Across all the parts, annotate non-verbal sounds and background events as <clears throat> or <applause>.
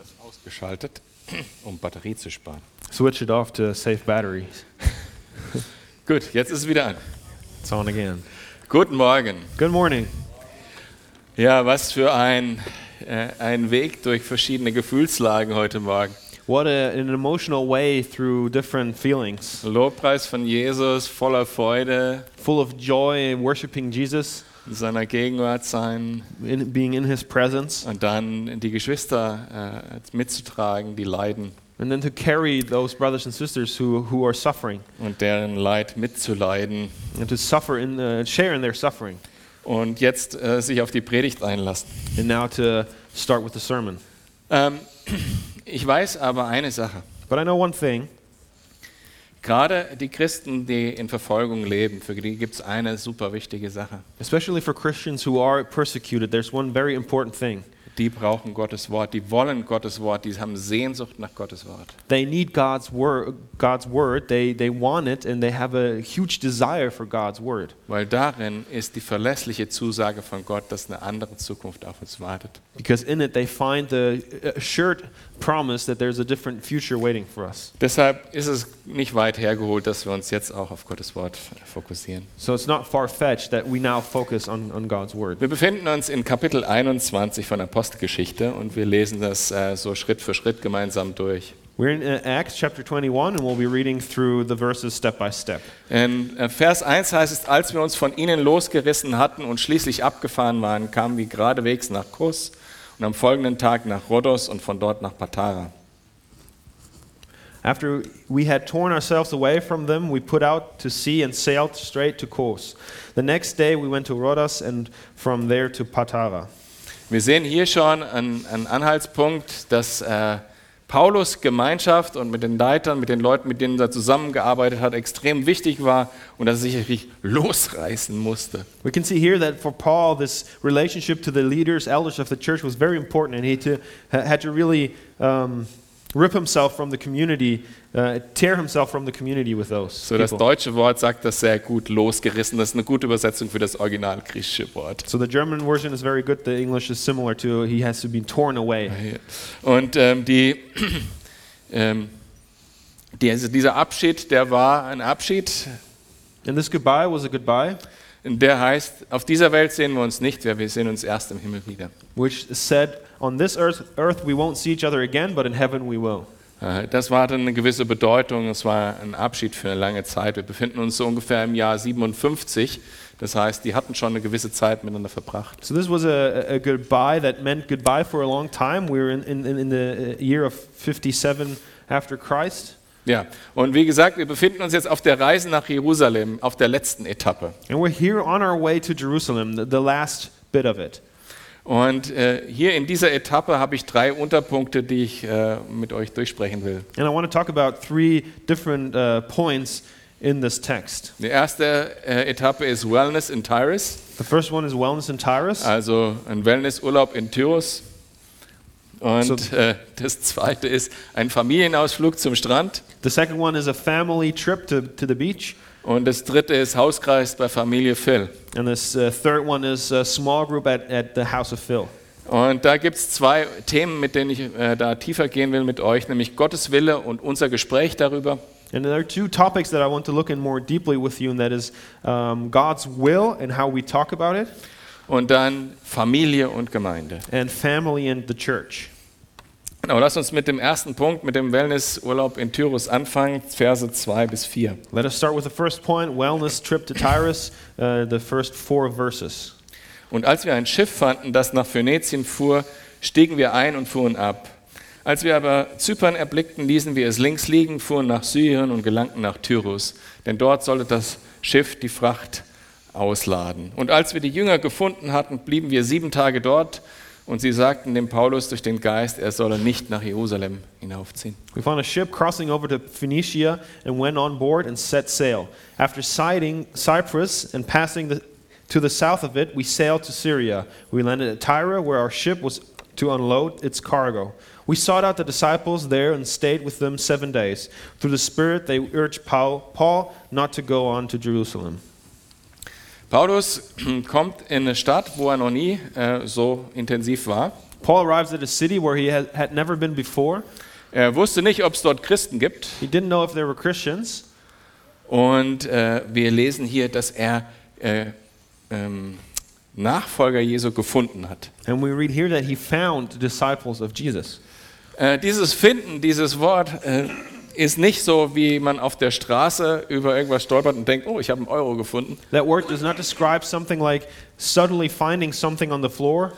ist ausgeschaltet, <clears throat> um Batterie zu sparen. Switch it off to save batteries. Gut, jetzt ist es wieder an. It's on again. Guten Morgen. Good morning. Ja, was für ein, äh, ein Weg durch verschiedene Gefühlslagen heute Morgen. What a, an emotional way through different feelings. Lobpreis von Jesus, voller Freude, Full of joy, worshiping Jesus, in seiner Gegenwart sein in, being in his presence, und dann die Geschwister äh, mitzutragen, die leiden and then to carry those brothers and sisters who, who are suffering und deren Leid mitzuleiden and to suffer in uh, share in their suffering. und jetzt äh, sich auf die Predigt einlassen. And now to start with the sermon. Ähm, <clears throat> ich weiß aber eine Sache. But I know one thing. Gerade die Christen, die in Verfolgung leben, für die gibt es eine super wichtige Sache. Especially for Christians who are persecuted, there's one very important thing. Die brauchen Gottes Wort, die wollen Gottes Wort, die haben Sehnsucht nach Gottes Wort. They need God's word. God's word. They they want it, and they have a huge desire for God's word Weil darin ist die verlässliche Zusage von Gott, dass eine andere Zukunft auf uns wartet. because in it they find the assured promise that there's a different future waiting for us. Deshalb ist es nicht weit hergeholt, dass wir uns jetzt auch auf Gottes Wort fokussieren. So it's not far fetched that we now focus on on God's word. Wir befinden uns in Kapitel 21 von Apostelgeschichte und wir lesen das äh, so Schritt für Schritt gemeinsam durch. We're in uh, Acts chapter 21, and we'll be reading through the verses step by step. In äh, Vers 1 heißt es, als wir uns von ihnen losgerissen hatten und schließlich abgefahren waren, kamen wir geradewegs nach Kos und am folgenden Tag nach Rhodos und von dort nach Patara. After we had torn ourselves away from them, we put out to sea and sailed straight to Kos. The next day we went to Rhodos and from there to Patara. Wir sehen hier schon einen, einen Anhaltspunkt, dass äh, Paulus Gemeinschaft und mit den Leitern, mit den Leuten, mit denen er zusammengearbeitet hat, extrem wichtig war und dass er sich richtig losreißen musste. We can see here that for Paul, this relationship to the leaders, elders of the church was very important, and he to, ha- had to really um, rip himself from the community, uh, tear himself from the community with those. So das people. deutsche Wort sagt das sehr gut, losgerissen. Das ist eine gute Übersetzung für das original griechische Wort. So the German version is very good. The English is similar to he has to be torn away. Und ähm, die, <clears throat> ähm, die, also dieser Abschied, der war ein Abschied, And this goodbye was a goodbye, der heißt, auf dieser Welt sehen wir uns nicht, wir wir sehen uns erst im Himmel wieder. which said, "On this earth, earth we won't see each other again, but in heaven we will." Äh, Das war dann eine gewisse Bedeutung, es war ein Abschied für eine lange Zeit. Wir befinden uns so ungefähr im Jahr 57, das heißt, die hatten schon eine gewisse Zeit miteinander verbracht. So this was a, a a goodbye that meant goodbye for a long time. We were in, in, in the uh, year of 57 after Christ. Ja, und wie gesagt, wir befinden uns jetzt auf der Reise nach Jerusalem, auf der letzten Etappe. And we're here on our way to Jerusalem, the, the last bit of it. Und äh, hier in dieser Etappe habe ich drei Unterpunkte, die ich äh, mit euch durchsprechen will. And I want to talk about three different uh, points in this text. Die erste äh, Etappe ist Wellness in Tyrus, The first one is wellness in Tyrus. also ein Wellnessurlaub in Tyros. Und So- äh, das zweite ist ein Familienausflug zum Strand. The second one is a family trip to, to the beach. Und das dritte ist Hauskreis bei Familie Phil. And this uh, third one is a small group at, at the house of Phil. Und da gibt es zwei Themen, mit denen ich äh, da tiefer gehen will mit euch, nämlich Gottes Wille und unser Gespräch darüber. And there are two topics that I want to look in more deeply with you, and that is um, God's will and how we talk about it, Und dann Familie und Gemeinde. and family and the church. Genau, lass uns mit dem ersten Punkt, mit dem Wellnessurlaub in Tyrus anfangen, Verse 2 bis 4. Let us start with the first point wellness trip to Tyrus, uh, the first four verses. Und als wir ein Schiff fanden, das nach Phönizien fuhr, stiegen wir ein und fuhren ab. Als wir aber Zypern erblickten, ließen wir es links liegen, fuhren nach Syrien und gelangten nach Tyrus, denn dort sollte das Schiff die Fracht ausladen. Und als wir die Jünger gefunden hatten, blieben wir sieben Tage dort, und sie sagten dem Paulus durch den Geist, er solle nicht nach Jerusalem hinaufziehen. We found a ship crossing over to Phoenicia and went on board and set sail. After sighting Cyprus and passing the, to the south of it, we sailed to Syria. We landed at Tyre, where our ship was to unload its cargo. We sought out the disciples there and stayed with them seven days. Through the Spirit, they urged Paul, Paul not to go on to Jerusalem. <clears throat> Paulus kommt in eine Stadt, wo er noch nie äh, so intensiv war. Paul arrives at a city where he had, had never been before. Er wusste nicht, ob es dort Christen gibt. He didn't know if there were Christians. Und äh, wir lesen hier, dass er äh, ähm, Nachfolger Jesu gefunden hat. And we read here that he found disciples of Jesus. Äh, dieses Finden, dieses Wort, äh, ist nicht so, wie man auf der Straße über irgendwas stolpert und denkt, oh, ich habe einen Euro gefunden, That word does not describe something like suddenly finding something on the floor,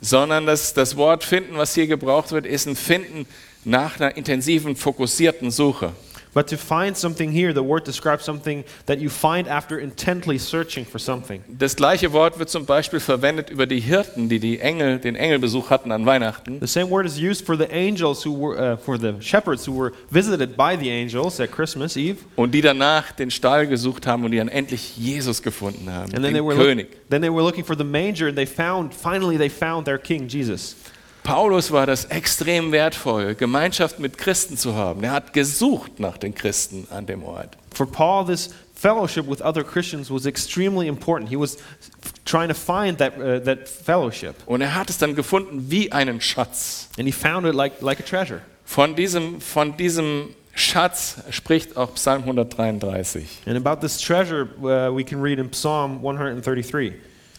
sondern das, das Wort Finden, was hier gebraucht wird, ist ein Finden nach einer intensiven, fokussierten Suche. but to find something here, the word describes something that you find after intently searching for something. Das gleiche Wort wird zum Beispiel verwendet über die Hirten, die, die Engel, den Engelbesuch hatten an Weihnachten. The same word is used for the angels who were, uh, for the shepherds who were visited by the angels at Christmas Eve, Und die danach den Stall gesucht haben und die dann endlich Jesus gefunden haben, and then they den were look- König. then they were looking for the manger, and they found finally they found their King Jesus. Paulus war das extrem wertvoll, Gemeinschaft mit Christen zu haben. Er hat gesucht nach den Christen an dem Ort. For Paul, this fellowship with other Christians was extremely important. He was f- trying to find that, uh, that fellowship, Und er hat es dann gefunden wie einen Schatz. and he found it like, like a treasure. Von diesem, von diesem Schatz spricht auch Psalm 133. And about this treasure, uh, we can read in Psalm 133.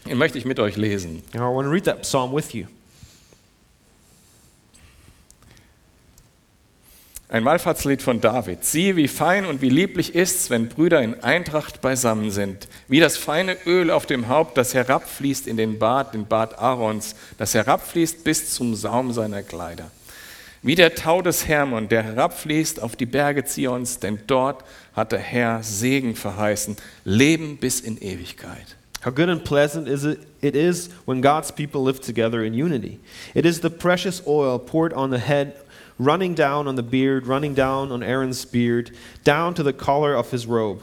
Den möchte ich mit euch lesen. And I want to read that psalm with you. Ein Wallfahrtslied von David. Sieh, wie fein und wie lieblich ist's, wenn Brüder in Eintracht beisammen sind. Wie das feine Öl auf dem Haupt, das herabfließt in den Bart, den Bart Aarons, das herabfließt bis zum Saum seiner Kleider. Wie der Tau des Hermon, der herabfließt auf die Berge Zions, denn dort hat der Herr Segen verheißen, Leben bis in Ewigkeit. How good and pleasant is it, it is when God's people live together in unity. It is the precious oil poured on the head, running down on the beard, running down on Aaron's beard, down to the collar of his robe.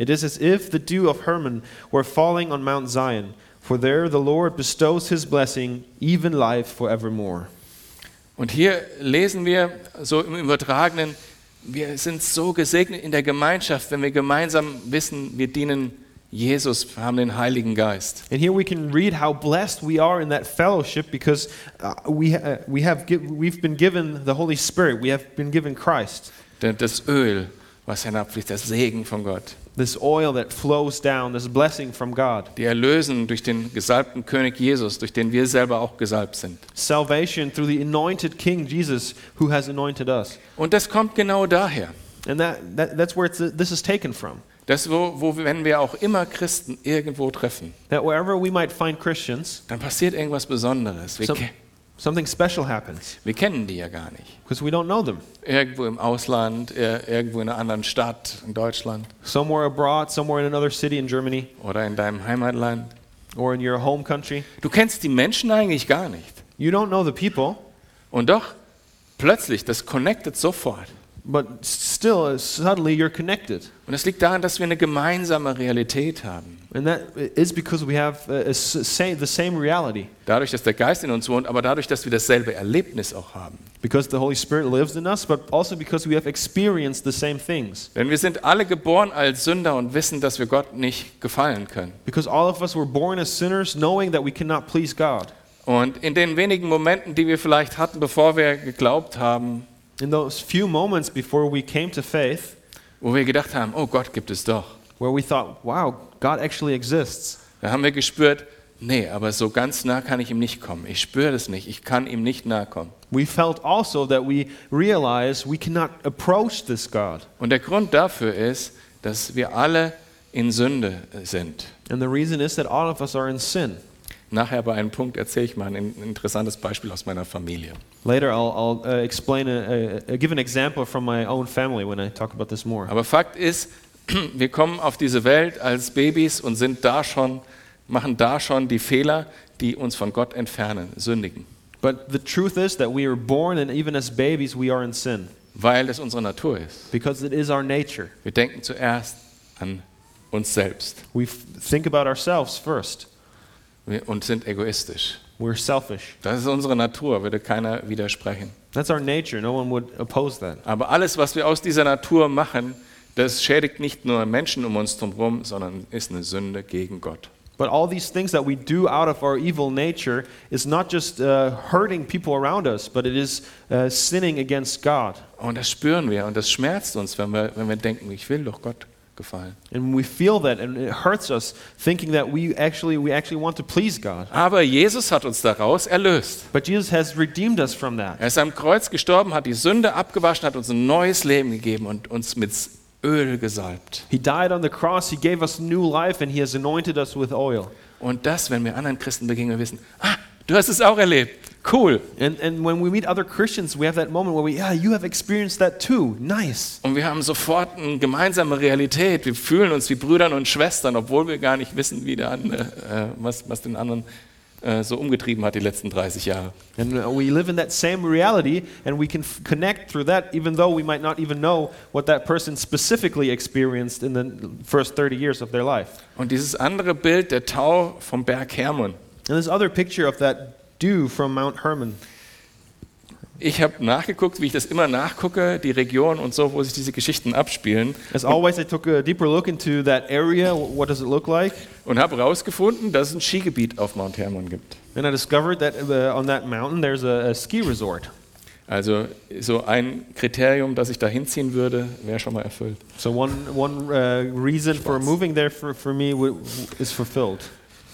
It is as if the dew of Hermon were falling on Mount Zion, for there the Lord bestows his blessing, even life forevermore. Und hier lesen wir so im Übertragenen, wir sind so gesegnet in der Gemeinschaft, wenn wir gemeinsam wissen, wir dienen Jesus, wir haben den Heiligen Geist. And here we can read how blessed we are in that fellowship because uh, we, uh, we have gi- we've been given the Holy Spirit, we have been given Christ. Denn Das Öl, was hinabfließt, der Segen von Gott. this oil that flows down, this blessing from God, Die Erlösung durch den gesalbten König Jesus, durch den wir selber auch gesalbt sind. salvation through the anointed King Jesus who has anointed us. Und das kommt genau daher. And that, that, that's where it's, this is taken from. Das, wo, wo, wenn wir auch immer Christen irgendwo treffen, That wherever we might find Christians, dann passiert irgendwas Besonderes. Wir, some- ke something special happens wir kennen die ja gar nicht. because we don't know them. Irgendwo im Ausland, ir- irgendwo in einer anderen Stadt, in Deutschland. Somewhere abroad, somewhere in another city in Germany oder in deinem Heimatland. or in your home country, Du kennst die Menschen eigentlich gar nicht. you don't know the people, Und doch, plötzlich, das connectet sofort. but still, uh, suddenly you're connected. Und das liegt daran, dass wir eine gemeinsame Realität haben. And that is because we have uh, a s- same, the same reality, Dadurch, dass der Geist in uns wohnt, aber dadurch, dass wir dasselbe Erlebnis auch haben. because the Holy Spirit lives in us, but also because we have experienced the same things. Denn wir sind alle geboren als Sünder und wissen, dass wir Gott nicht gefallen können. Because all of us were born as sinners, knowing that we cannot please God. Und in den wenigen Momenten, die wir vielleicht hatten, bevor wir geglaubt haben, In those few moments before we came to faith, wo wir gedacht haben, oh Gott gibt es doch, where we thought, wow, God actually exists, da haben wir gespürt, nee, aber so ganz nah kann ich ihm nicht kommen. Ich spüre das nicht. Ich kann ihm nicht nahe kommen. we felt also that we realized we cannot approach this God. Und der Grund dafür ist, dass wir alle in Sünde sind. And the reason is that all of us are in sin. Nachher bei einem Punkt erzähle ich mal ein in- interessantes Beispiel aus meiner Familie. Later, I'll, I'll uh, explain, a, a, a, give an example from my own family when I talk about this more. Aber Fakt ist, <clears throat> wir kommen auf diese Welt als Babys und sind da schon, machen da schon die Fehler, die uns von Gott entfernen, sündigen, But the truth is that we are born, and even as babies, we are in sin weil das unsere Natur ist. because it is our nature. Wir denken zuerst an uns selbst We f- think about ourselves first, Wir- und sind egoistisch. we're selfish. Das ist unsere Natur, würde keiner widersprechen. That's our nature. No one would oppose that. Aber alles, was wir aus dieser Natur machen, das schädigt nicht nur Menschen um uns herum, sondern ist eine Sünde gegen Gott. But all these things that we do out of our evil nature is not just uh, hurting people around us, but it is uh, sinning against God. Und das spüren wir und das schmerzt uns, wenn wir, wenn wir denken, ich will doch Gott gefallen. And we feel that, and it hurts us thinking that we actually, we actually want to please God. Aber Jesus hat uns daraus erlöst. But Jesus has redeemed us from that. Er ist am Kreuz gestorben, hat die Sünde abgewaschen, hat uns ein neues Leben gegeben und uns mit Öl gesalbt. He died on the cross, He gave us new life, and He has anointed us with oil. Und das, wenn wir anderen Christen begegnen, wir wissen, ah, du hast es auch erlebt. Cool. And, and when we meet other Christians, we have that moment where we, yeah, you have experienced that too. Nice. Und wir haben sofort eine gemeinsame Realität. Wir fühlen uns wie Brüdern und Schwestern, obwohl wir gar nicht wissen, wie der andere, äh, was, was den anderen äh, so umgetrieben hat die letzten 30 Jahre. And uh, we live in that same reality, and we can f- connect through that, even though we might not even know what that person specifically experienced in the first 30 years of their life. Und dieses andere Bild, der Tau vom Berg Hermon. And this other picture of that dew from Mount Hermon. Ich habe nachgeguckt, wie ich das immer nachgucke, die Region und so, wo sich diese Geschichten abspielen. As always, I took a deeper look into that area. Wh- What does it look like? Und habe herausgefunden, dass es ein Skigebiet auf Mount Hermon gibt. And I discovered that uh, on that mountain there's a, a ski resort. Also so ein Kriterium, dass ich da hinziehen würde, wäre schon mal erfüllt. So one, one uh, reason for moving there for, for me w- w- is fulfilled.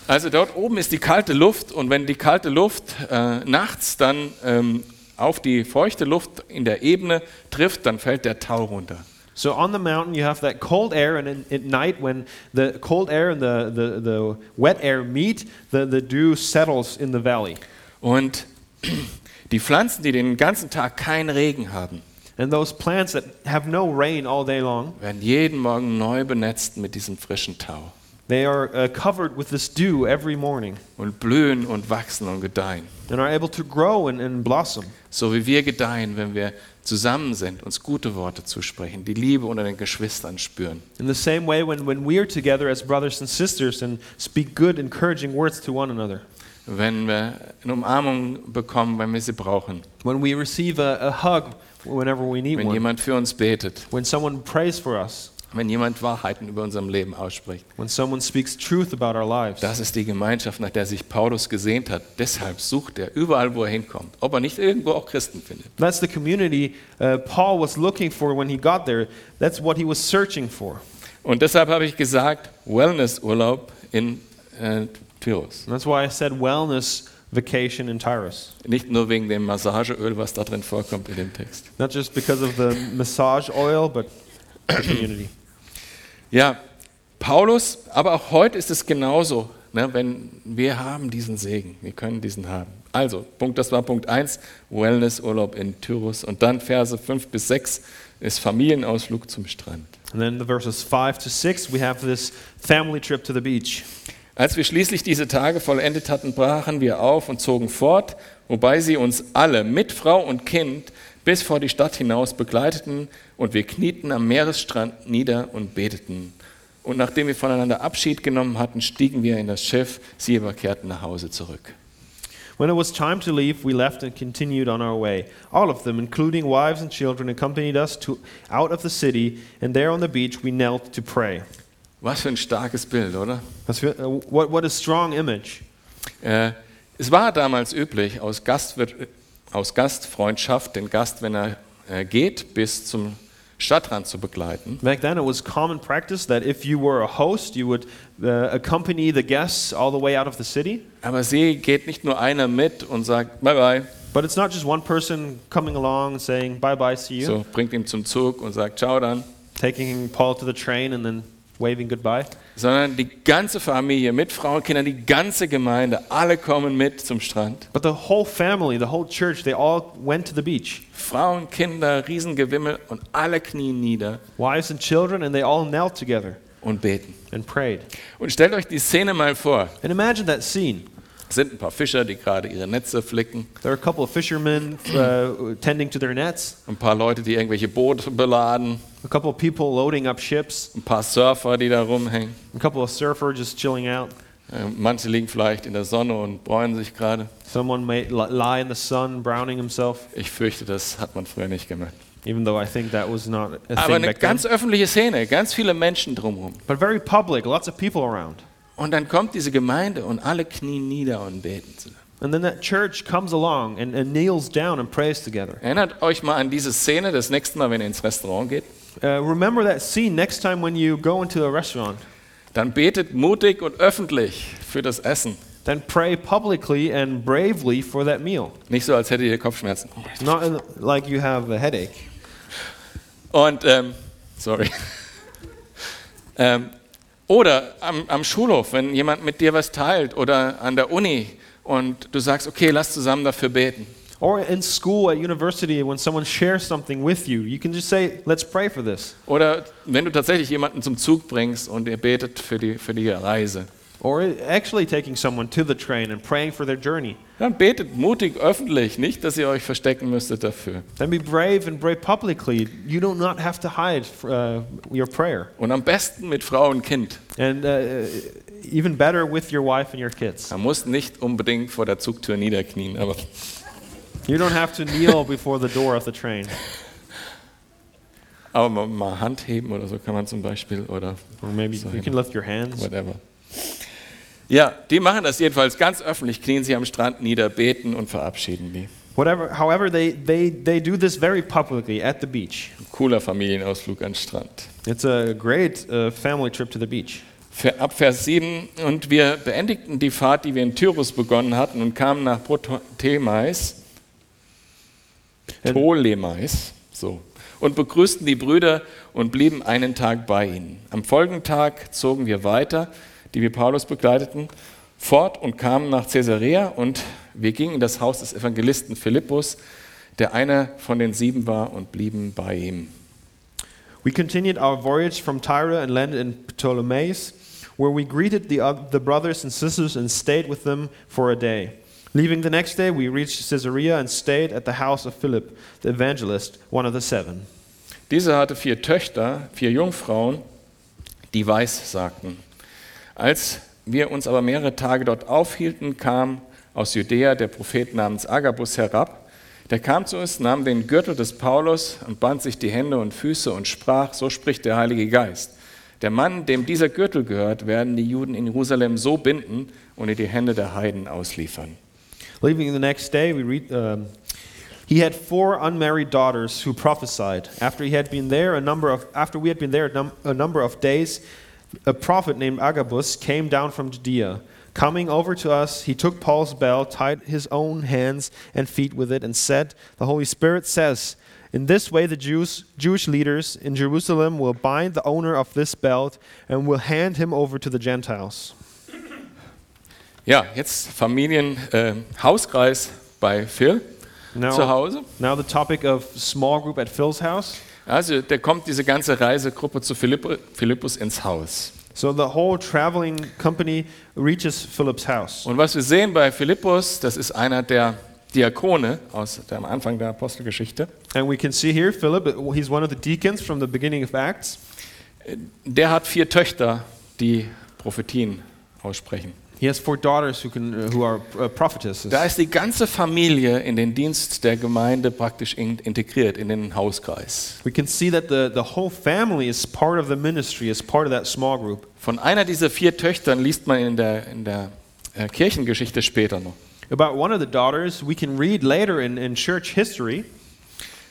Also dort oben ist die kalte Luft und wenn die kalte Luft äh, nachts dann ähm, auf die feuchte Luft in der Ebene trifft, dann fällt der Tau runter. So on the mountain, you have that cold air, and in, at night, when the cold air and the, the, the wet air meet, the, the dew settles in the valley. Und <clears throat> die Pflanzen, die den ganzen Tag keinen Regen haben, And those plants that have no rain all day long, werden jeden Morgen neu benetzt mit diesem frischen Tau they are uh, covered with this dew every morning und blühen und wachsen und gedeihen. and are able to grow and, and blossom. So wie wir gedeihen, wenn wir zusammen sind, uns gute Worte zusprechen, die Liebe unter den Geschwistern spüren. In the same way, when, when we are together as brothers and sisters and speak good, encouraging words to one another, wenn wir eine Umarmung bekommen, wenn wir sie brauchen, when we receive a, a hug whenever we need wenn one, jemand für uns betet, when someone prays for us, wenn jemand Wahrheiten über unserem Leben ausspricht. when someone speaks truth about our lives. Das ist die Gemeinschaft, nach der sich Paulus gesehnt hat. Deshalb sucht er überall, wo er hinkommt, ob er nicht irgendwo auch Christen findet. That's the community uh, Paul was looking for when he got there. That's what he was searching for. Und deshalb habe ich gesagt, Wellnessurlaub in äh, Tyros. And that's why I said wellness vacation in Tyrus. Nicht nur wegen dem Massageöl, was da drin vorkommt in dem Text. Not just because of the <coughs> massage oil, but the <coughs> community. Ja, Paulus, aber auch heute ist es genauso, ne, wenn wir haben diesen Segen, wir können diesen haben. Also, Punkt, das war Punkt 1, Wellnessurlaub in Tyrus und dann Verse 5 bis 6 ist Familienausflug zum Strand. And then the verses 5 to 6, we have this family trip to the beach. Als wir schließlich diese Tage vollendet hatten, brachen wir auf und zogen fort, wobei sie uns alle mit Frau und Kind bis vor die Stadt hinaus begleiteten und wir knieten am Meeresstrand nieder und beteten. Und nachdem wir voneinander Abschied genommen hatten, stiegen wir in das Schiff, sie aber kehrten nach Hause zurück. When it was time to leave, we left and continued on our way. All of them, including wives and children, accompanied us to, out of the city, and there on the beach we knelt to pray. Was für ein starkes Bild, oder? That's, uh, what, what a strong image. Äh, es war damals üblich, aus, Gastwir aus Gastfreundschaft den Gast, wenn er äh, geht, bis zum Stadtrand zu begleiten. Back then, it was common practice that if you were a host, you would uh, accompany the guests all the way out of the city. Aber sie geht nicht nur einer mit und sagt, bye bye, But it's not just one person coming along and saying, bye bye, see you, so, bringt ihn zum Zug und sagt, ciao dann, taking Paul to the train and then waving goodbye. sondern die ganze Familie mit Frauen, Kindern, die ganze Gemeinde, alle kommen mit zum Strand. But the whole family, the whole church, they all went to the beach. Frauen, Kinder, Riesengewimmel und alle knien nieder Wives and children, and they all knelt together und beten. and prayed. Und stellt euch die Szene mal vor. And imagine that scene. Es sind ein paar Fischer, die gerade ihre Netze flicken, There are a couple of fishermen uh, tending to their nets, ein paar Leute, die irgendwelche Boote beladen, a couple of people loading up ships, ein paar Surfer, die da rumhängen. a couple of surfers just chilling out. Äh, Manche liegen vielleicht in der Sonne und bräunen sich gerade. Someone may li- lie in the sun, browning himself, Ich fürchte, das hat man früher nicht gemacht. even though I think that was not a Aber thing eine back then. ganz öffentliche Szene, ganz viele Menschen drumherum. But very public, lots of people around. Und dann kommt diese Gemeinde und alle knien nieder und beten zusammen. And then that church comes along and, and kneels down and prays together. Erinnert euch mal an diese Szene das nächste Mal, wenn ihr ins Restaurant geht. Uh, remember that scene next time when you go into a restaurant. Dann betet mutig und öffentlich für das Essen. Then pray publicly and bravely for that meal. Nicht so, als hättet ihr Kopfschmerzen. Not in, like you have a headache. Und, ähm, sorry. <laughs> ähm, oder am, am Schulhof, wenn jemand mit dir was teilt oder an der Uni und du sagst, okay, lass zusammen dafür beten. Or in school, at university, when someone shares something with you, you can just say, let's pray for this. Oder wenn du tatsächlich jemanden zum Zug bringst und ihr betet für die, für die Reise. Or actually taking someone to the train and praying for their journey. Dann betet mutig öffentlich, nicht, dass ihr euch verstecken müsstet dafür. Then be brave and pray publicly. You do not have to hide uh, your prayer. Und am besten mit Frau und Kind. And uh, even better with your wife and your kids. Man muss nicht unbedingt vor der Zugtür niederknien, aber You don't have to kneel before the door of the train. Aber mal- mal Hand heben oder so kann man zum Beispiel oder Or maybe So you him. can lift your hands. whatever. Ja, die machen das jedenfalls ganz öffentlich, knien sie am Strand nieder, beten und verabschieden die. Whatever, however, they, they, they do this very publicly at the beach. Cooler Familienausflug am Strand. It's a great uh, family trip to the beach. Ver- Ab Vers 7, und wir beendigten die Fahrt, die wir in Tyrus begonnen hatten, und kamen nach Protolemais, Tolemais, so, und begrüßten die Brüder und blieben einen Tag bei ihnen. Am folgenden Tag zogen wir weiter, die wir Paulus begleiteten, fort und kamen nach Caesarea, und wir gingen in das Haus des Evangelisten Philippus, der einer von den sieben war, und blieben bei ihm. We continued our voyage from Tyre and landed in Ptolemais, where we greeted the, oth- the brothers and sisters and stayed with them for a day. Leaving the next day, we reached Caesarea and stayed at the house of Philip, the evangelist, one of the seven. Dieser hatte vier Töchter, vier Jungfrauen, die weiß sagten. Als wir uns aber mehrere Tage dort aufhielten, kam aus Judäa der Prophet namens Agabus herab. Der kam zu uns, nahm den Gürtel des Paulus und band sich die Hände und Füße und sprach, so spricht der Heilige Geist. Der Mann, dem dieser Gürtel gehört, werden die Juden in Jerusalem so binden und in die Hände der Heiden ausliefern. Leaving the next day, we read. Um, he had four unmarried daughters who prophesied. After he had been there a number of after we had been there a, num- a number of days, a prophet named Agabus came down from Judea. Coming over to us, he took Paul's bell, tied his own hands and feet with it, and said, "The Holy Spirit says." In this way, the Jews, Jewish leaders in Jerusalem will bind the owner of this belt and will hand him over to the Gentiles. Ja, jetzt Familienhauskreis äh, Hauskreis bei Phil Now- zu Hause. Now, the topic of small group at Phil's house. Also, da kommt diese ganze Reisegruppe zu Philipp, Philippus ins Haus. So the whole traveling company reaches Philip's house. Und was wir sehen bei Philippus, das ist einer der Diakone aus dem Anfang der Apostelgeschichte. And we can see here Philip, he's one of the deacons from the beginning of Acts. Der hat vier Töchter, die Prophetien aussprechen. He has four daughters who, can, who are uh, prophetesses. Da ist die ganze Familie in den Dienst der Gemeinde praktisch in- integriert, in den Hauskreis. we can see that the, the whole family is part of the ministry, is part of that small group. Von einer dieser vier Töchtern liest man in der, in der äh, Kirchengeschichte später noch. About one of the daughters, we can read later in, in church history.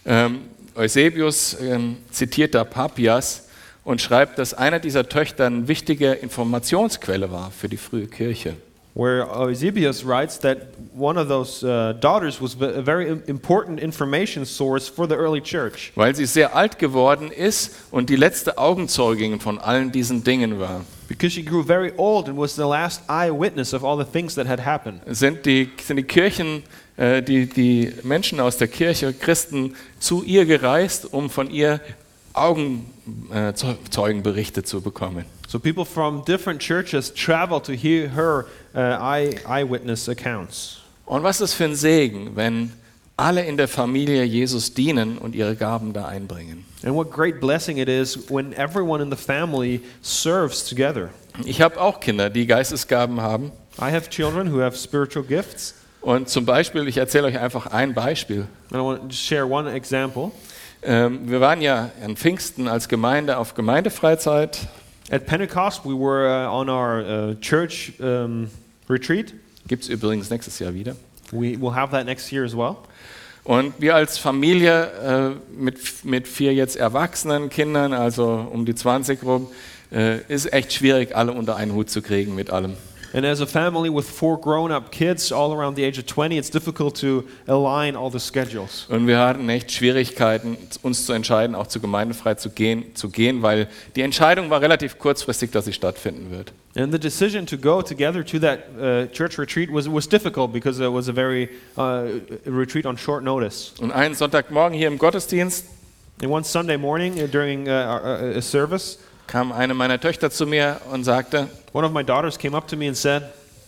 Ähm, Eusebius ähm, zitiert da Papias und schreibt, dass einer dieser Töchter eine wichtige Informationsquelle war für die frühe Kirche. Where uh, Eusebius writes that one of those uh, daughters was a very im- important information source for the early church. Weil sie sehr alt geworden ist und die letzte Augenzeugin von allen diesen Dingen war, Because she grew very old and was the last eyewitness of all the things that had happened. sind die, sind die Kirchen, äh, die, die Menschen aus der Kirche, Christen, zu ihr gereist, um von ihr Augenzeugenberichte zu bekommen. So people from different churches traveled to hear her uh, eye, eyewitness accounts. Und was ist für ein Segen, wenn alle in der Familie Jesus dienen und ihre Gaben da einbringen. And what great blessing it is when everyone in the family serves together. Ich habe auch Kinder, die Geistesgaben haben. I have children who have spiritual gifts. Und zum Beispiel, ich erzähle euch einfach ein Beispiel. And I want to share one example. Ähm, wir waren ja an Pfingsten als Gemeinde auf Gemeindefreizeit At Pentecost, we were uh, on our uh, church um, retreat. Gibt es übrigens nächstes Jahr wieder. We will have that next year as well. Und wir als Familie äh, mit, mit vier jetzt erwachsenen Kindern, also um die 20 rum, äh, ist echt schwierig, alle unter einen Hut zu kriegen mit allem. And as a family with four grown up kids all around the age of 20, it's difficult to align all the schedules. Und wir hatten echt Schwierigkeiten, uns zu entscheiden, auch zur Gemeindefrei zu gehen, zu gehen, weil die Entscheidung war relativ kurzfristig, dass sie stattfinden wird. And the decision to go together to that uh, church retreat was, was difficult because it was a very uh, retreat on short notice. Und einen Sonntagmorgen hier im Gottesdienst And one Sunday morning uh, during uh, our- uh, a service, kam eine meiner Töchter zu mir und sagte, one of my daughters came up to me and said,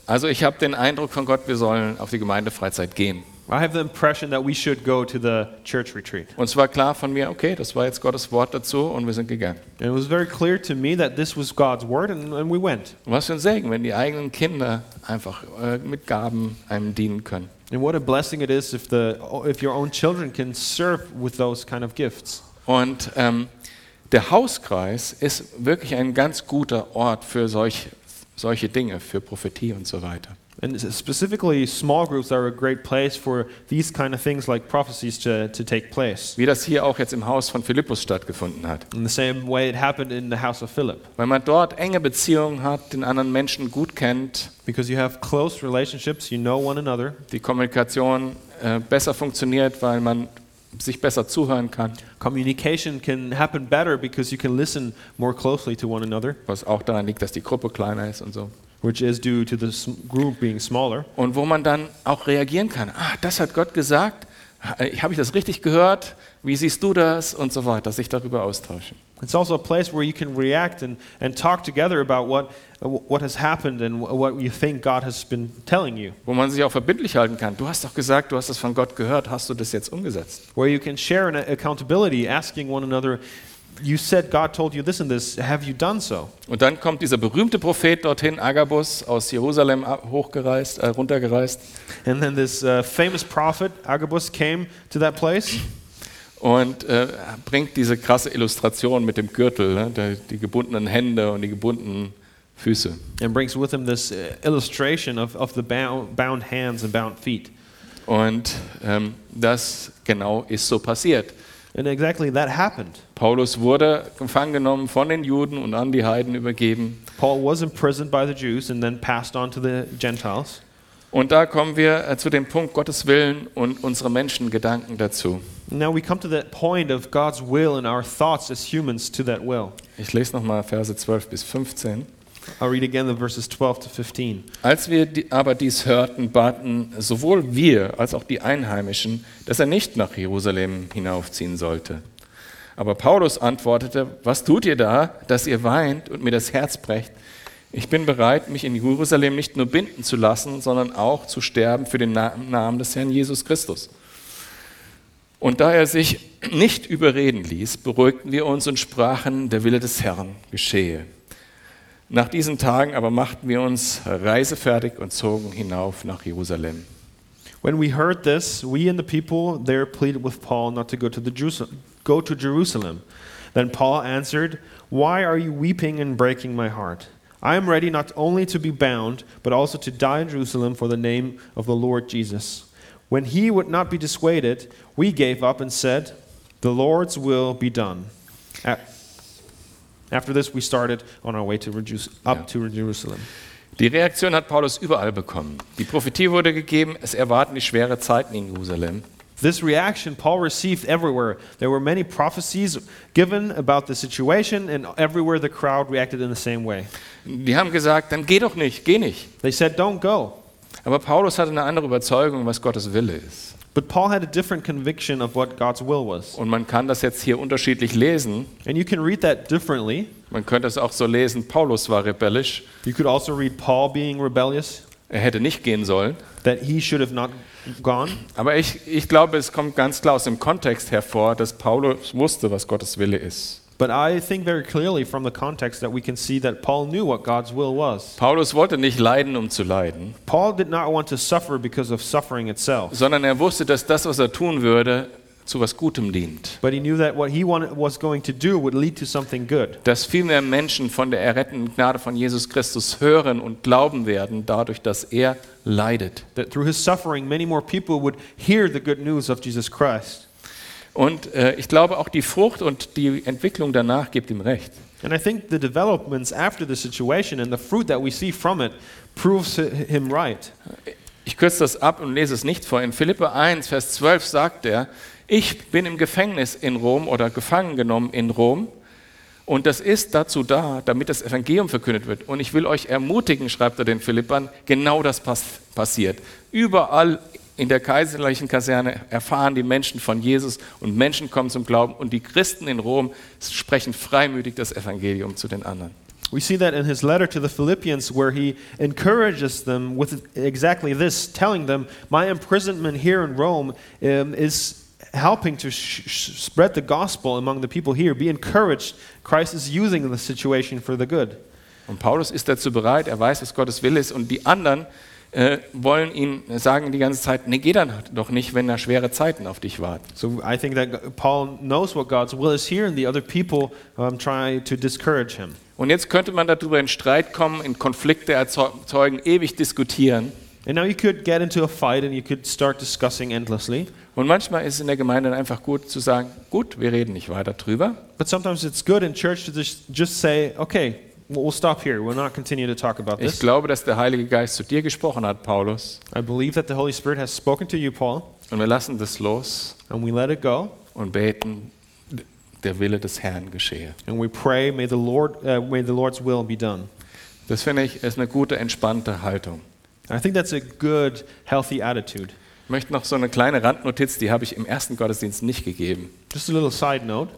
also ich habe den Eindruck von Gott, wir sollen auf die Gemeindefreizeit gehen. I have the impression that we should go to the church retreat. Und es war klar von mir, okay, das war jetzt Gottes Wort dazu und wir sind gegangen. And it was very clear to me that this was God's word, and, and we went. Und was für ein Segen, wenn die eigenen Kinder einfach äh, mit Gaben einem dienen können. And what a blessing it is if, the, if your own children can serve with those kind of gifts. Und ähm, der Hauskreis ist wirklich ein ganz guter Ort für solch, solche Dinge, für Prophetie und so weiter. And s- specifically, small groups are a great place for these kind of things like prophecies to, to take place. Wie das hier auch jetzt im Haus von Philippus stattgefunden hat. In the same way it happened in the house of Philip, Weil man dort enge Beziehungen hat, den anderen Menschen gut kennt, because you have close relationships, you know one another, die Kommunikation äh, besser funktioniert, weil man sich besser zuhören kann, communication can happen better because you can listen more closely to one another, was auch daran liegt, dass die Gruppe kleiner ist und so. which is due to the s- group being smaller. Und wo man dann auch reagieren kann. Ah, das hat Gott gesagt. Habe ich das richtig gehört? Wie siehst du das? Und so weiter, sich darüber austauschen. It's also a place where you can react and, and talk together about what, what has happened and wh- what you think God has been telling you. Wo man sich auch verbindlich halten kann. Du hast doch gesagt, du hast das von Gott gehört. Hast du das jetzt umgesetzt? where you can share an accountability, asking one another, You said God told you this and this, have you done so? Und dann kommt dieser berühmte Prophet dorthin, Agabus, aus Jerusalem ab- hochgereist, äh, runtergereist. And then this uh, famous prophet, Agabus, came to that place Und äh, bringt diese krasse Illustration mit dem Gürtel, ne? der, die gebundenen Hände und die gebundenen Füße. and brings with him this uh, illustration of, of the bound, bound hands and bound feet. Und ähm, das genau ist so passiert. And exactly that happened. Paulus wurde gefangen genommen von den Juden und an die Heiden übergeben. Paul was imprisoned by the Jews and then passed on to the Gentiles. Und da kommen wir äh, zu dem Punkt Gottes Willen und unsere Menschengedanken dazu. Now we come to that point of God's will and our thoughts as humans to that will. Ich lese nochmal Verse 12 bis 15. I'll read again the verses 12 to 15. Als wir die, aber dies hörten, baten sowohl wir als auch die Einheimischen, dass er nicht nach Jerusalem hinaufziehen sollte. Aber Paulus antwortete, was tut ihr da, dass ihr weint und mir das Herz brecht? Ich bin bereit, mich in Jerusalem nicht nur binden zu lassen, sondern auch zu sterben für den Na- Namen des Herrn Jesus Christus. Und da er sich nicht überreden ließ, beruhigten wir uns und sprachen, der Wille des Herrn geschehe. Nach diesen Tagen aber machten wir uns reisefertig und zogen hinauf nach Jerusalem. When we heard this, we and the people there pleaded with Paul not to go to, the Jerus- go to Jerusalem. Then Paul answered, Why are you weeping and breaking my heart? I am ready not only to be bound, but also to die in Jerusalem for the name of the Lord Jesus. When he would not be dissuaded, we gave up and said, The Lord's will be done. A- After this, we started on our way to Reju- up Yeah. to Jerusalem. Die Reaktion hat Paulus überall bekommen. Die Prophetie wurde gegeben, es erwarten die schwere Zeiten in Jerusalem. This reaction Paul received everywhere. There were many prophecies given about the situation, and everywhere the crowd reacted in the same way. Die haben gesagt, dann geh doch nicht, geh nicht. They said, Don't go. Aber Paulus hatte eine andere Überzeugung, was Gottes Wille ist. But Paul had a different conviction of what God's will was. Und man kann das jetzt hier unterschiedlich lesen. And you can read that differently. Man könnte es auch so lesen, Paulus war rebellisch, You could also read Paul being rebellious, er hätte nicht gehen sollen. that he should have not gone. Aber ich, ich glaube, es kommt ganz klar aus dem Kontext hervor, dass Paulus wusste, was Gottes Wille ist. But I think very clearly from the context that we can see that Paul knew what God's will was. Paulus wollte nicht leiden, um zu leiden, Paul did not want to suffer because of suffering itself. sondern er wusste, dass das, was er tun würde, zu was Gutem dient. But he knew that what he wanted, was going to do would lead to something good. Dass viel mehr Menschen von der errettenden Gnade von Jesus Christus hören und glauben werden, dadurch, dass er leidet. That through his suffering, many more people would hear the good news of Jesus Christ. Und äh, ich glaube, auch die Frucht und die Entwicklung danach gibt ihm recht. And I think the developments after the situation and the fruit that we see from it proves hi- him right. Ich kürze das ab und lese es nicht vor. In Philippe 1, Vers 12 sagt er, ich bin im Gefängnis in Rom oder gefangen genommen in Rom und das ist dazu da, damit das Evangelium verkündet wird. Und ich will euch ermutigen, schreibt er den Philippern, genau das pass passiert. Überall in der kaiserlichen Kaserne erfahren die Menschen von Jesus und Menschen kommen zum Glauben und die Christen in Rom sprechen freimütig das Evangelium zu den anderen. We see that in his letter to the Philippians, where he encourages them with exactly this, telling them, My imprisonment here in Rome um, is helping to sh- sh- spread the gospel among the people here. Be encouraged. Christ is using the situation for the good. Und Paulus ist dazu bereit, er weiß, was Gottes Wille ist. Und die anderen äh, wollen ihn sagen die ganze Zeit, nee, geh dann doch nicht, wenn da schwere Zeiten auf dich warten. So I think that G- Paul knows what God's will is here, and the other people um, try to discourage him. Und jetzt könnte man darüber in Streit kommen, in Konflikte erzeugen, ewig diskutieren. And now you could get into a fight and you could start discussing endlessly. Und manchmal ist es in der Gemeinde dann einfach gut zu sagen, gut, wir reden nicht weiter drüber. But sometimes it's good in church to just, just say, okay, we'll we'll stop here. We'll not continue to talk about Ich this. glaube, dass der Heilige Geist zu dir gesprochen hat, Paulus. I believe that the Holy Spirit has spoken to you, Paul, Und wir lassen das los and we let it go. und beten, der Wille des Herrn geschehe. And we pray, may the, Lord, uh, may the Lord's will be done. Das finde ich, ist eine gute, entspannte Haltung. I think that's a good, healthy attitude. Ich möchte noch so eine kleine Randnotiz, die habe ich im ersten Gottesdienst nicht gegeben. Just a little side note.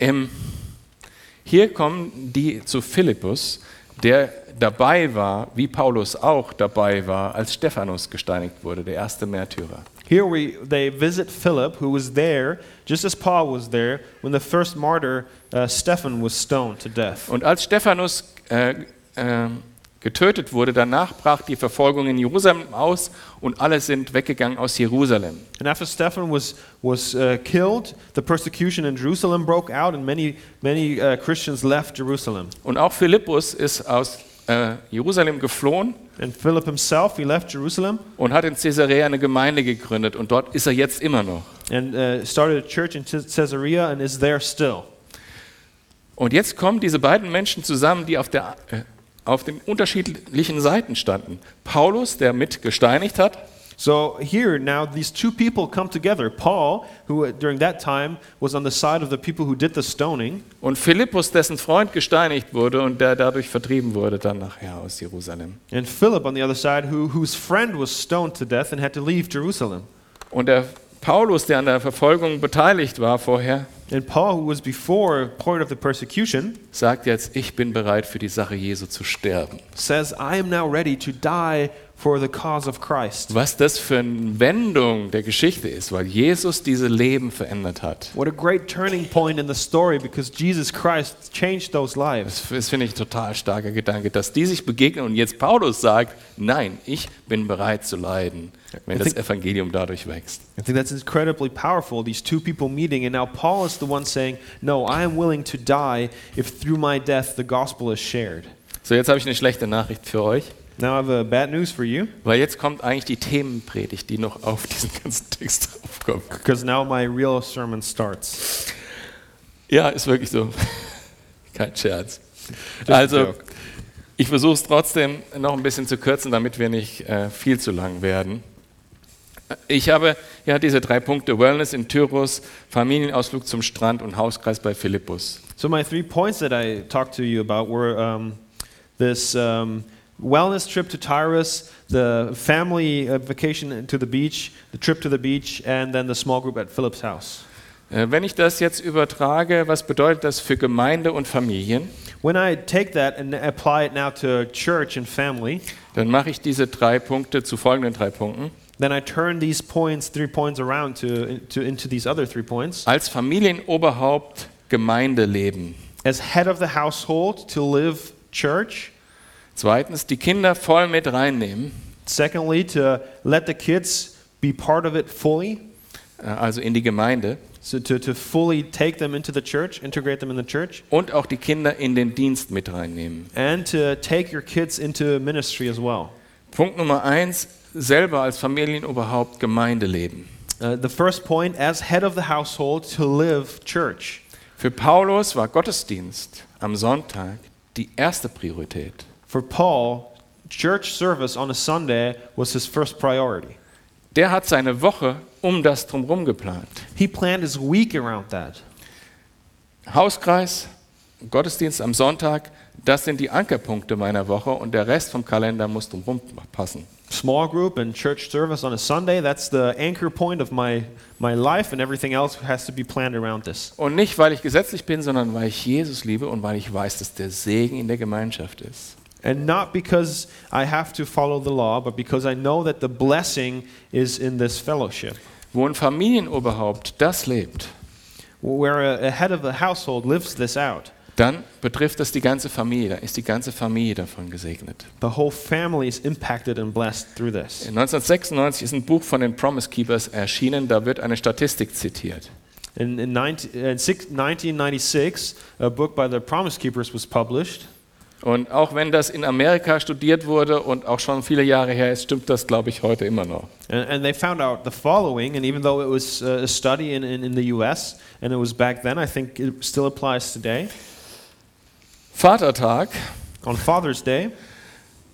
Ähm, hier kommen die zu Philippus, der dabei war, wie Paulus auch dabei war, als Stephanus gesteinigt wurde, der erste Märtyrer. Here we, they visit Philip, who was there, just as Paul was there, when the first martyr, uh, Stephen, was stoned to death. Und als Stephanus äh, äh, getötet wurde, danach brach die Verfolgung in Jerusalem aus und alle sind weggegangen aus Jerusalem. And after Stephen was, was uh, killed, the persecution in Jerusalem broke out, and many, many uh, Christians left Jerusalem. Und auch Philippus ist aus äh, Jerusalem geflohen And Philip himself, he left Jerusalem und hat in Caesarea eine Gemeinde gegründet und dort ist er jetzt immer noch. and uh, started a church in Ca- Caesarea and is there still. Und jetzt kommen diese beiden Menschen zusammen, die auf, der, äh, auf den unterschiedlichen Seiten standen. Paulus, der mit gesteinigt hat, So here now, these two people come together. Paul, who uh, during that time was on the side of the people who did the stoning, und Philippus, dessen Freund gesteinigt wurde und der dadurch vertrieben wurde, dann nachher aus Jerusalem. and Philip on the other side, who, whose friend was stoned to death and had to leave Jerusalem. Und der Paulus, der an der Verfolgung beteiligt war vorher, And Paul, who was before part of the persecution, sagt jetzt, ich bin bereit für die Sache Jesu zu sterben. says, I am now ready to die for the cause of Christ. Was das für eine Wendung der Geschichte ist, weil Jesus diese Leben verändert hat. What a great turning point in the story because Jesus Christ changed those lives. Das, das finde ich ein total starker Gedanke, dass die sich begegnen und jetzt Paulus sagt, nein, ich bin bereit zu leiden, wenn das Evangelium dadurch wächst. I think that's incredibly powerful, these two people meeting, and now Paul is the one saying, No, I am willing to die if through my death the gospel is shared. So, jetzt habe ich eine schlechte Nachricht für euch, Now I have uh, bad news for you, weil jetzt kommt eigentlich die Themenpredigt, die noch auf diesen ganzen Text draufkommt. because now my real sermon starts. Ja, ist wirklich so. <laughs> Kein Scherz. Also, joke. ich versuche es trotzdem noch ein bisschen zu kürzen, damit wir nicht äh, viel zu lang werden. Ich habe ja diese drei Punkte: Wellness in Tyros, Familienausflug zum Strand und Hauskreis bei Philippus. So, my three points that I talked to you about were um, this um, wellness trip to Tyrus, the family uh, vacation to the beach, the trip to the beach, and then the small group at Philip's house. Äh, Wenn ich das jetzt übertrage, was bedeutet das für Gemeinde und Familien? When I take that and apply it now to church and family, Dann mache ich diese drei Punkte zu folgenden drei Punkten. Then I turn these points, three points around to, to, into these other three points. Als Familienoberhaupt Gemeindeleben. As head of the household, to live church. Zweitens, die Kinder voll mit reinnehmen. Secondly, to let the kids be part of it fully. äh, also in die Gemeinde, So to, to fully take them into the church, integrate them in the church, und auch die Kinder in den Dienst mit reinnehmen. and to take your kids into ministry as well. Punkt Nummer eins, selber als Familienoberhaupt Gemeinde leben. Uh, the first point, as head of the household, to live church. Für Paulus war Gottesdienst am Sonntag die erste Priorität. For Paul, church service on a Sunday was his first priority. Der hat seine Woche um das drumherum geplant. He planned his week around that. Hauskreis, Gottesdienst am Sonntag, das sind die Ankerpunkte meiner Woche und der Rest vom Kalender muss drumherum passen. Small group and church service on a Sunday, that's the anchor point of my, my life, and everything else has to be planned around this. Und nicht, weil ich gesetzlich bin, sondern weil ich Jesus liebe und weil ich weiß, dass der Segen in der Gemeinschaft ist. And not because I have to follow the law, but because I know that the blessing is in this fellowship. Wo ein Familienoberhaupt das lebt, Where a, a head of a household lives this out, dann betrifft das die ganze Familie, dann ist die ganze Familie davon gesegnet. the whole family is impacted and blessed through this. 1996 ist ein Buch von den Promise Keepers erschienen, da wird eine Statistik zitiert. In, in, 19, in six, 1996, a book by the Promise Keepers was published. Und auch wenn das in Amerika studiert wurde und auch schon viele Jahre her ist, stimmt das, glaube ich, heute immer noch. And, and they found out the following, and even though it was uh, a study in, in, in the US and it was back then, I think it still applies today. Vatertag On Father's Day,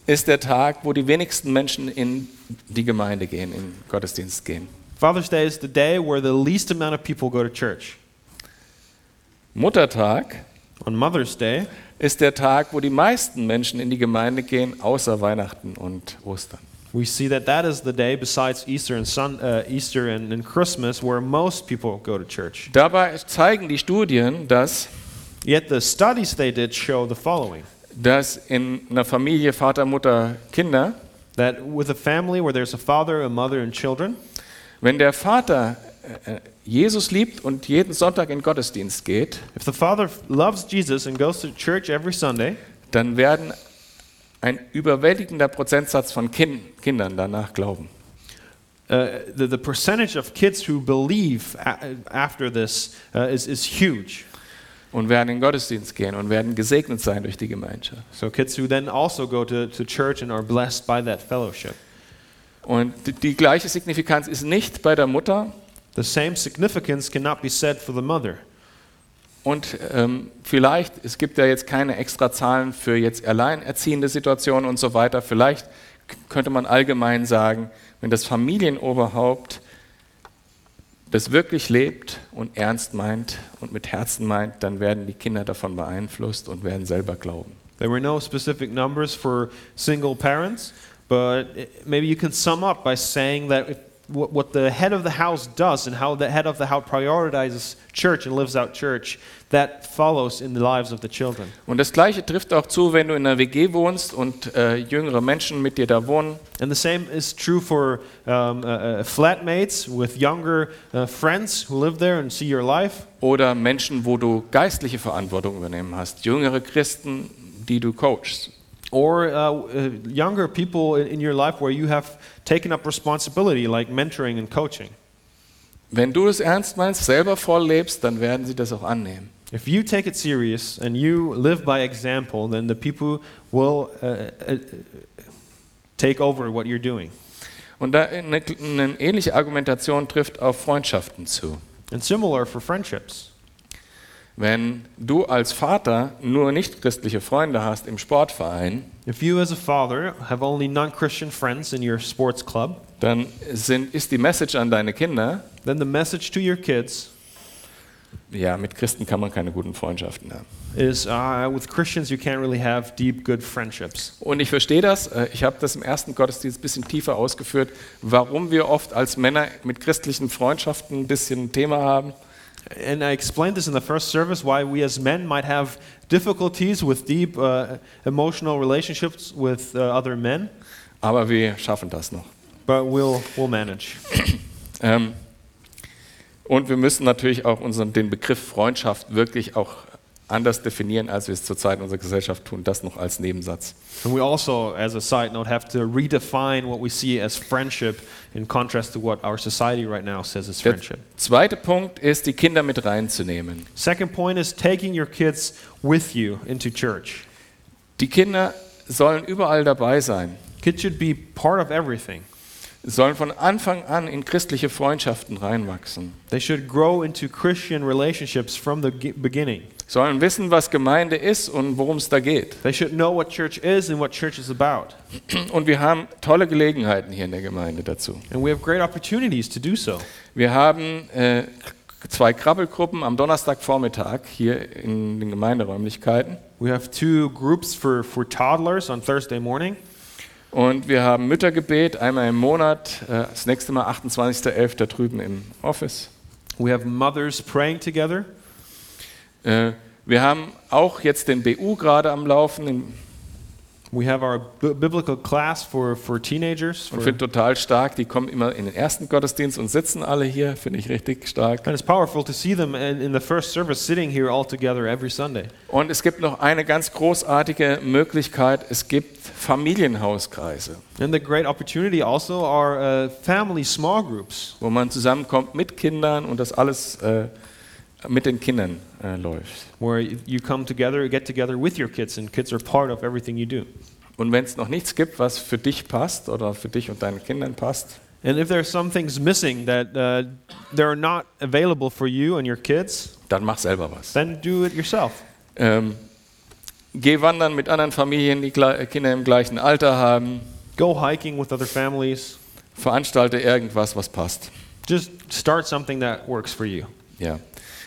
ist der Tag, wo die wenigsten Menschen in die Gemeinde gehen, in den Gottesdienst gehen. Father's Day is the day where the least amount of people go to church. Muttertag On Mother's Day, ist der Tag, wo die meisten Menschen in die Gemeinde gehen, außer Weihnachten und Ostern. we see that that is the day besides Easter and Sun, uh, Easter and, and Christmas where most people go to church. Dabei zeigen die Studien, dass, Yet the studies they did show the following: dass in einer Familie Vater, Mutter, Kinder, that with a family where there's a father, a mother, and children, wenn der Vater äh, äh, Jesus liebt und jeden Sonntag in den Gottesdienst geht, if the father loves Jesus and goes to church every Sunday, dann werden ein überwältigender Prozentsatz von kind, Kindern danach glauben. uh, the, the percentage of kids who believe a- after this uh, is, is huge. und werden in den Gottesdienst gehen und werden gesegnet sein durch die Gemeinschaft. So kids who then also go to, to church and are blessed by that fellowship. Und die, die gleiche Signifikanz ist nicht bei der Mutter The same significance cannot be said for the mother. und ähm, vielleicht, es gibt ja jetzt keine extra Zahlen für jetzt alleinerziehende Situationen und so weiter, vielleicht k- könnte man allgemein sagen, wenn das Familienoberhaupt das wirklich lebt und ernst meint und mit Herzen meint, dann werden die Kinder davon beeinflusst und werden selber glauben. There were no specific numbers for single parents, but it- maybe you can sum up by saying that if, what, what the head of the house does and how the head of the house prioritizes church and lives out church, that follows in the lives of the children. Und das Gleiche trifft auch zu, wenn du in einer WG wohnst und äh, jüngere Menschen mit dir da wohnen. And the same is true for um, uh, uh, flatmates with younger uh, friends who live there and see your life, Oder Menschen, wo du geistliche Verantwortung übernehmen hast. Jüngere Christen, die du coachst. or uh, uh, younger people in, in your life where you have taken up responsibility, like mentoring and coaching. Wenn du es ernst meinst, selber voll lebst, dann werden sie das auch annehmen. If you take it serious and you live by example, then the people will uh, uh, take over what you're doing. Und da eine, eine ähnliche Argumentation trifft auf Freundschaften zu. And similar for friendships. Wenn du als Vater nur nichtchristliche Freunde hast im Sportverein, If you, as a father, have only non Christian friends in your sports club, dann sind, ist die Message an deine Kinder, then the message to your kids ja, mit Christen kann man keine guten Freundschaften haben. is uh, with Christians, you can't really have deep, good friendships. Und ich verstehe das. äh, Ich habe das im ersten Gottesdienst ein bisschen tiefer ausgeführt, warum wir oft als Männer mit christlichen Freundschaften ein bisschen ein Thema haben. And I explained this in the first service why we as men might have difficulties with deep uh, emotional relationships with uh, other men, Aber wir schaffen das noch. but we'll, we'll manage. Ähm, und wir müssen natürlich auch unseren, den Begriff Freundschaft wirklich auch anders definieren, als wir es zurzeit in unserer Gesellschaft tun. Das noch als Nebensatz. And we also, as a side note, have to redefine what we see as friendship in contrast to what our society right now says is Der friendship. zweite Punkt ist, die Kinder mit reinzunehmen. Second point is taking your kids with you into church. Die Kinder sollen überall dabei sein, Kids should be part of everything. sollen von Anfang an in christliche Freundschaften reinwachsen, They should grow into Christian relationships from the ge- beginning. sollen wissen, was Gemeinde ist und worum es da geht. They should know what church is and what church is about. Und wir haben tolle Gelegenheiten hier in der Gemeinde dazu. And we have great opportunities to do so. Wir haben äh, zwei Krabbelgruppen am Donnerstagvormittag hier in den Gemeinderäumlichkeiten. We have two groups for, for toddlers on Thursday morning. Und wir haben Müttergebet einmal im Monat, äh, das nächste Mal 28.11. da drüben im Office. We have mothers praying together. Äh, wir haben auch jetzt den BU gerade am Laufen im- We have our b- biblical class for, for teenagers. For, und finde total stark, die kommen immer in den ersten Gottesdienst und sitzen alle hier, finde ich richtig stark. and it's powerful to see them in, in the first service sitting here all together every Sunday. Und es gibt noch eine ganz großartige Möglichkeit, es gibt Familienhauskreise, And the great opportunity also are uh, family small groups wo man zusammenkommt mit Kindern und das alles äh, mit den Kindern äh, läuft. where y- you come together, get together with your kids, and kids are part of everything you do. Und wenn es noch nichts gibt, was für dich passt oder für dich und deinen Kindern passt, And if there are some things missing that uh, that are not available for you and your kids, dann mach selber was. then do it yourself. Ähm, geh wandern mit anderen Familien, die gle- Kinder im gleichen Alter haben. Go hiking with other families. Veranstalte irgendwas, was passt. Just start something that works for you. Ja.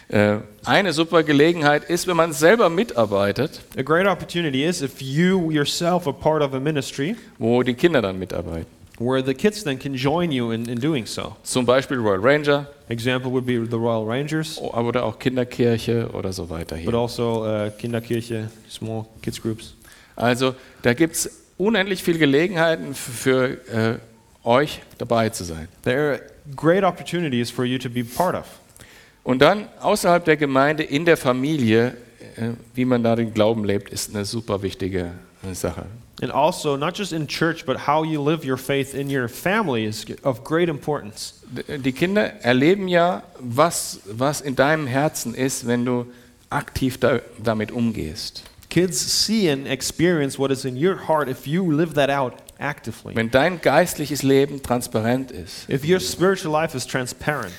Äh, eine super Gelegenheit ist, wenn man selber mitarbeitet, A great opportunity is if you yourself are part of a ministry wo die Kinder dann mitarbeiten. where the kids then can join you in, in doing so. Zum Beispiel Royal Ranger Example would be the Royal Rangers, oder auch Kinderkirche oder so weiter but hier. also uh, Kinderkirche, small kids groups. Also da gibt es unendlich viele Gelegenheiten f- für äh, euch dabei zu sein. There are great opportunities for you to be part of. Und dann außerhalb der Gemeinde, in der Familie, äh, wie man da den Glauben lebt, ist eine super wichtige äh, Sache. And also, not just in church, but how you live your faith in your family is of great importance. D- Die Kinder erleben ja, was, was in deinem Herzen ist, wenn du aktiv da, damit umgehst. Kids see and experience what is in your heart if you live that out actively. Wenn dein geistliches Leben transparent ist. If your spiritual life is transparent.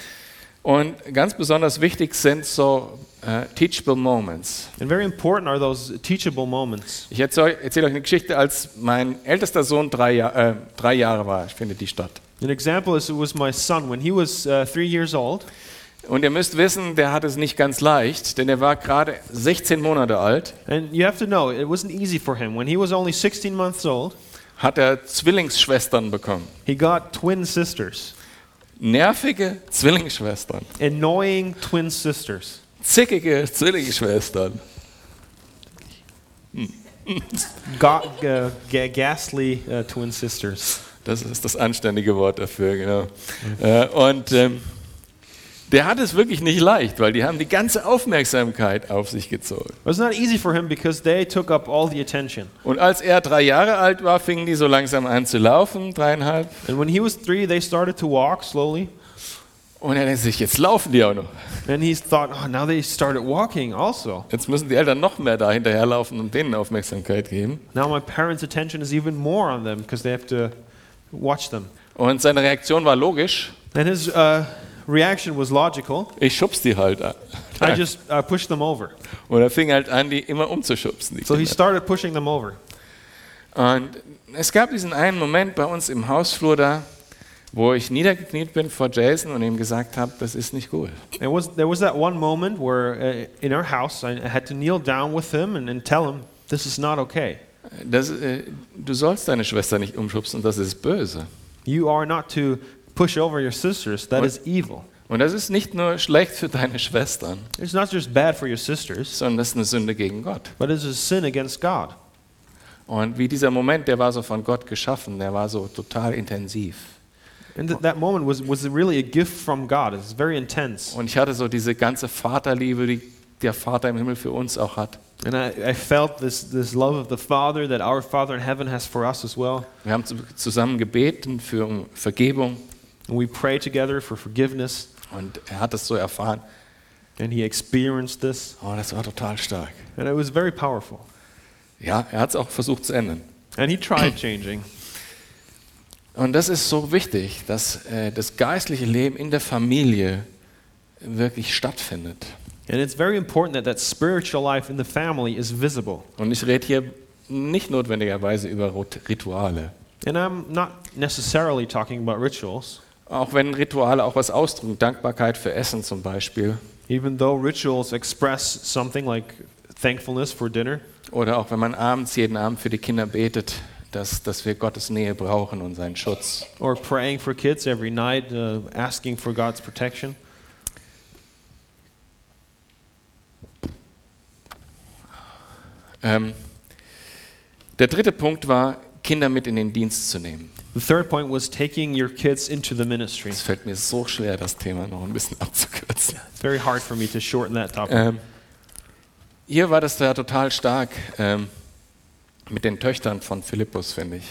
Und ganz besonders wichtig sind so äh, teachable moments. And very important are those teachable moments. Ich erzähle erzähl euch eine Geschichte, als mein ältester Sohn drei, Jahr, äh, drei Jahre war, findet die statt. An example is it was my son when he was uh, three years old. Und ihr müsst wissen, der hat es nicht ganz leicht, denn er war gerade 16 Monate alt, And you have to know, it wasn't easy for him. When he was only 16 months old, hat er Zwillingsschwestern bekommen. he got twin sisters, Nervige Zwillingsschwestern, annoying twin sisters. zickige Zwillingsschwestern. Got, uh, ga- ghastly uh, twin sisters. Das ist das anständige Wort dafür, genau. Äh, und ähm, der hat es wirklich nicht leicht, weil die haben die ganze Aufmerksamkeit auf sich gezogen. It was not easy for him because they took up all the attention. Und als er drei Jahre alt war, fingen die so langsam an zu laufen, dreieinhalb. And when he was three, they started to walk slowly. Und er denkt sich, jetzt laufen die auch noch. And he thought, oh, now they started walking also. Jetzt müssen die Eltern noch mehr da hinterherlaufen und denen Aufmerksamkeit geben. Now my parents' attention is even more on them because they have to watch them. Und seine Reaktion war logisch. And his uh, reaction was logical. Ich schubs die halt an. I just uh, pushed them over. Und er fing halt an, die immer umzuschubsen. Die So he <laughs> Kinder. started pushing them over. und es gab diesen einen Moment bei uns im Hausflur da, wo ich niedergekniet bin vor Jason und ihm gesagt habe, das ist nicht gut. There was, there was that one moment where uh, in our house I had to kneel down with him and, and tell him, this is not okay. Das, äh, du sollst deine Schwester nicht umschubsen, das ist böse. You are not to push over your sisters. That is evil. Und das ist nicht nur schlecht für deine Schwestern, It's not just bad for your sisters, sondern das ist eine Sünde gegen Gott. but it's a sin against God. Und wie dieser Moment, der war so von Gott geschaffen, der war so total intensiv. And th- that moment was, was really a gift from God. It's very intense. Und ich hatte so diese ganze Vaterliebe, die der Vater im Himmel für uns auch hat. And I, I felt this, this love of the Father that our Father in heaven has for us as well. Wir haben zu- zusammen gebeten für um Vergebung And we pray together for forgiveness. und er hat es so erfahren. And he experienced this. Oh, das war total stark. And it was very powerful. Ja, er hat es auch versucht zu ändern. And he tried changing. Und das ist so wichtig, dass äh, das geistliche Leben in der Familie wirklich stattfindet. And it's very important that that spiritual life in the family is visible. Und ich rede hier nicht notwendigerweise über Rot- Rituale. And I'm not necessarily talking about rituals, Auch wenn Rituale auch was ausdrücken, Dankbarkeit für Essen zum Beispiel. even though rituals express something like thankfulness for dinner, Oder auch wenn man abends, jeden Abend für die Kinder betet, dass, dass wir Gottes Nähe brauchen und seinen Schutz. or praying for kids every night, uh, asking for God's protection. Ähm, der dritte Punkt war, Kinder mit in den Dienst zu nehmen. The third point was taking your kids into the ministry. Es fällt mir so schwer, das Thema noch ein bisschen <laughs> abzukürzen. It's very hard for me to shorten that topic. Ähm, hier war das da total stark ähm, mit den Töchtern von Philippus, finde ich.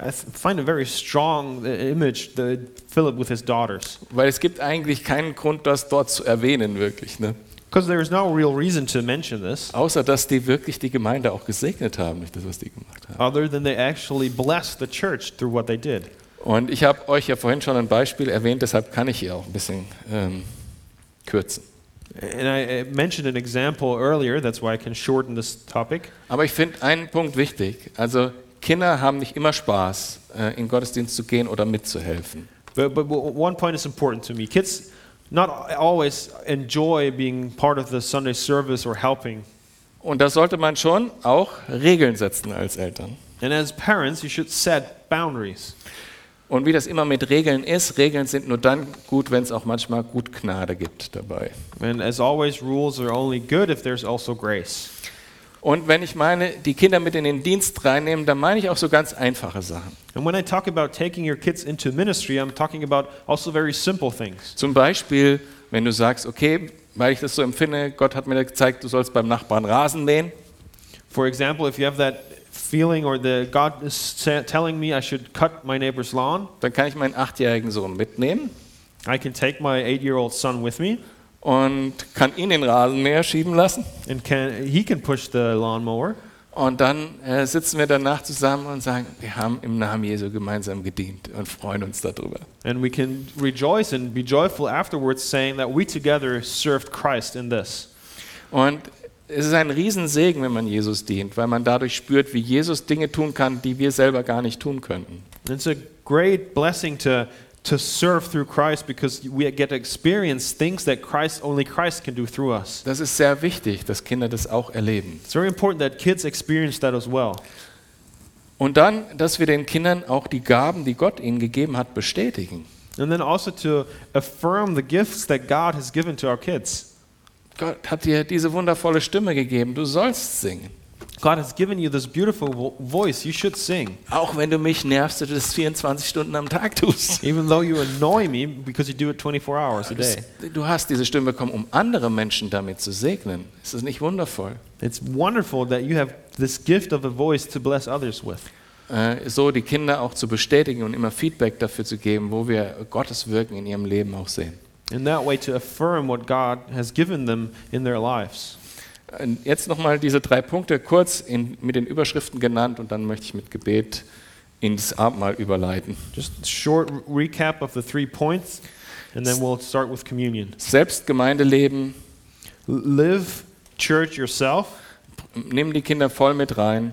I th- find a very strong uh, image the Philip with his daughters, Weil es gibt eigentlich keinen Grund, das dort zu erwähnen, wirklich. Ne? because there is no real reason to mention this, Außer, dass die wirklich die Gemeinde auch gesegnet haben, nicht das, was die gemacht haben. other than they actually blessed the church through what they did. Und ich habe euch ja vorhin schon ein Beispiel erwähnt, deshalb kann ich hier auch ein bisschen ähm, kürzen. And I uh, mentioned an example earlier, that's why I can shorten this topic. Aber ich finde einen Punkt wichtig. Also Kinder haben nicht immer Spaß, äh, in den Gottesdienst zu gehen oder mitzuhelfen. But, but w- one point is important to me. Kids not al- always enjoy being part of the Sunday service or helping. Und da sollte man schon auch Regeln setzen als Eltern. And as parents, you should set boundaries. Und wie das immer mit Regeln ist, Regeln sind nur dann gut, wenn es auch manchmal gut Gnade gibt dabei. And as always, rules are only good if there's also grace. Und wenn ich meine, die Kinder mit in den Dienst reinnehmen, dann meine ich auch so ganz einfache Sachen. And when I talk about taking your kids into ministry, I'm talking about also very simple things. Zum Beispiel, wenn du sagst, okay, weil ich das so empfinde, Gott hat mir gezeigt, du sollst beim Nachbarn Rasen mähen, For example, if you have that feeling or the God is sa- telling me I should cut my neighbor's lawn, dann kann ich meinen achtjährigen Sohn mitnehmen I can take my eight-year-old son with me, und kann ihn den Rasenmäher schieben lassen. and can, he can push the lawnmower. Und dann äh, sitzen wir danach zusammen und sagen, wir haben im Namen Jesu gemeinsam gedient und freuen uns darüber. And we can rejoice and be joyful afterwards, saying that we together served Christ in this. Und es ist ein Riesensegen, wenn man Jesus dient, weil man dadurch spürt, wie Jesus Dinge tun kann, die wir selber gar nicht tun könnten. It's a great blessing to, to serve through Christ because we get to experience things that Christ only Christ can do through us. Das ist sehr wichtig, dass Kinder das auch erleben. It's very important that kids experience that as well. Und dann, dass wir den Kindern auch die Gaben, die Gott ihnen gegeben hat, bestätigen. And then also to affirm the gifts that God has given to our kids. Gott hat dir diese wundervolle Stimme gegeben, du sollst singen. God has given you this beautiful vo- voice. You should sing. Auch wenn du mich nervst, dass du das 24 Stunden am Tag tust. Even though you annoy me because you do it 24 hours a day. Du hast diese Stimme bekommen, um andere Menschen damit zu segnen. Ist das nicht wundervoll? It's wonderful that you have this gift of a voice to bless others with. äh, so die Kinder auch zu bestätigen und immer Feedback dafür zu geben, wo wir Gottes Wirken in ihrem Leben auch sehen. In that way, to affirm what God has given them in their lives. Äh, Jetzt nochmal diese drei Punkte kurz in, mit den Überschriften genannt und dann möchte ich mit Gebet ins Abendmahl überleiten. Just short re- recap of the three points, and then we'll start with communion. Selbst Gemeindeleben, L- Live church yourself. nimm die Kinder voll mit rein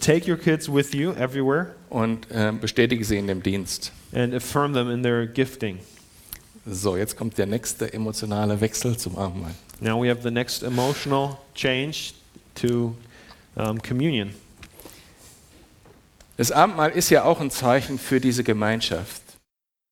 Take your kids with you everywhere und äh, bestätige sie in dem Dienst. and affirm them in their gifting. So, jetzt kommt der nächste emotionale Wechsel zum Abendmahl. Now we have the next emotional change to um, communion. Das Abendmahl ist ja auch ein Zeichen für diese Gemeinschaft.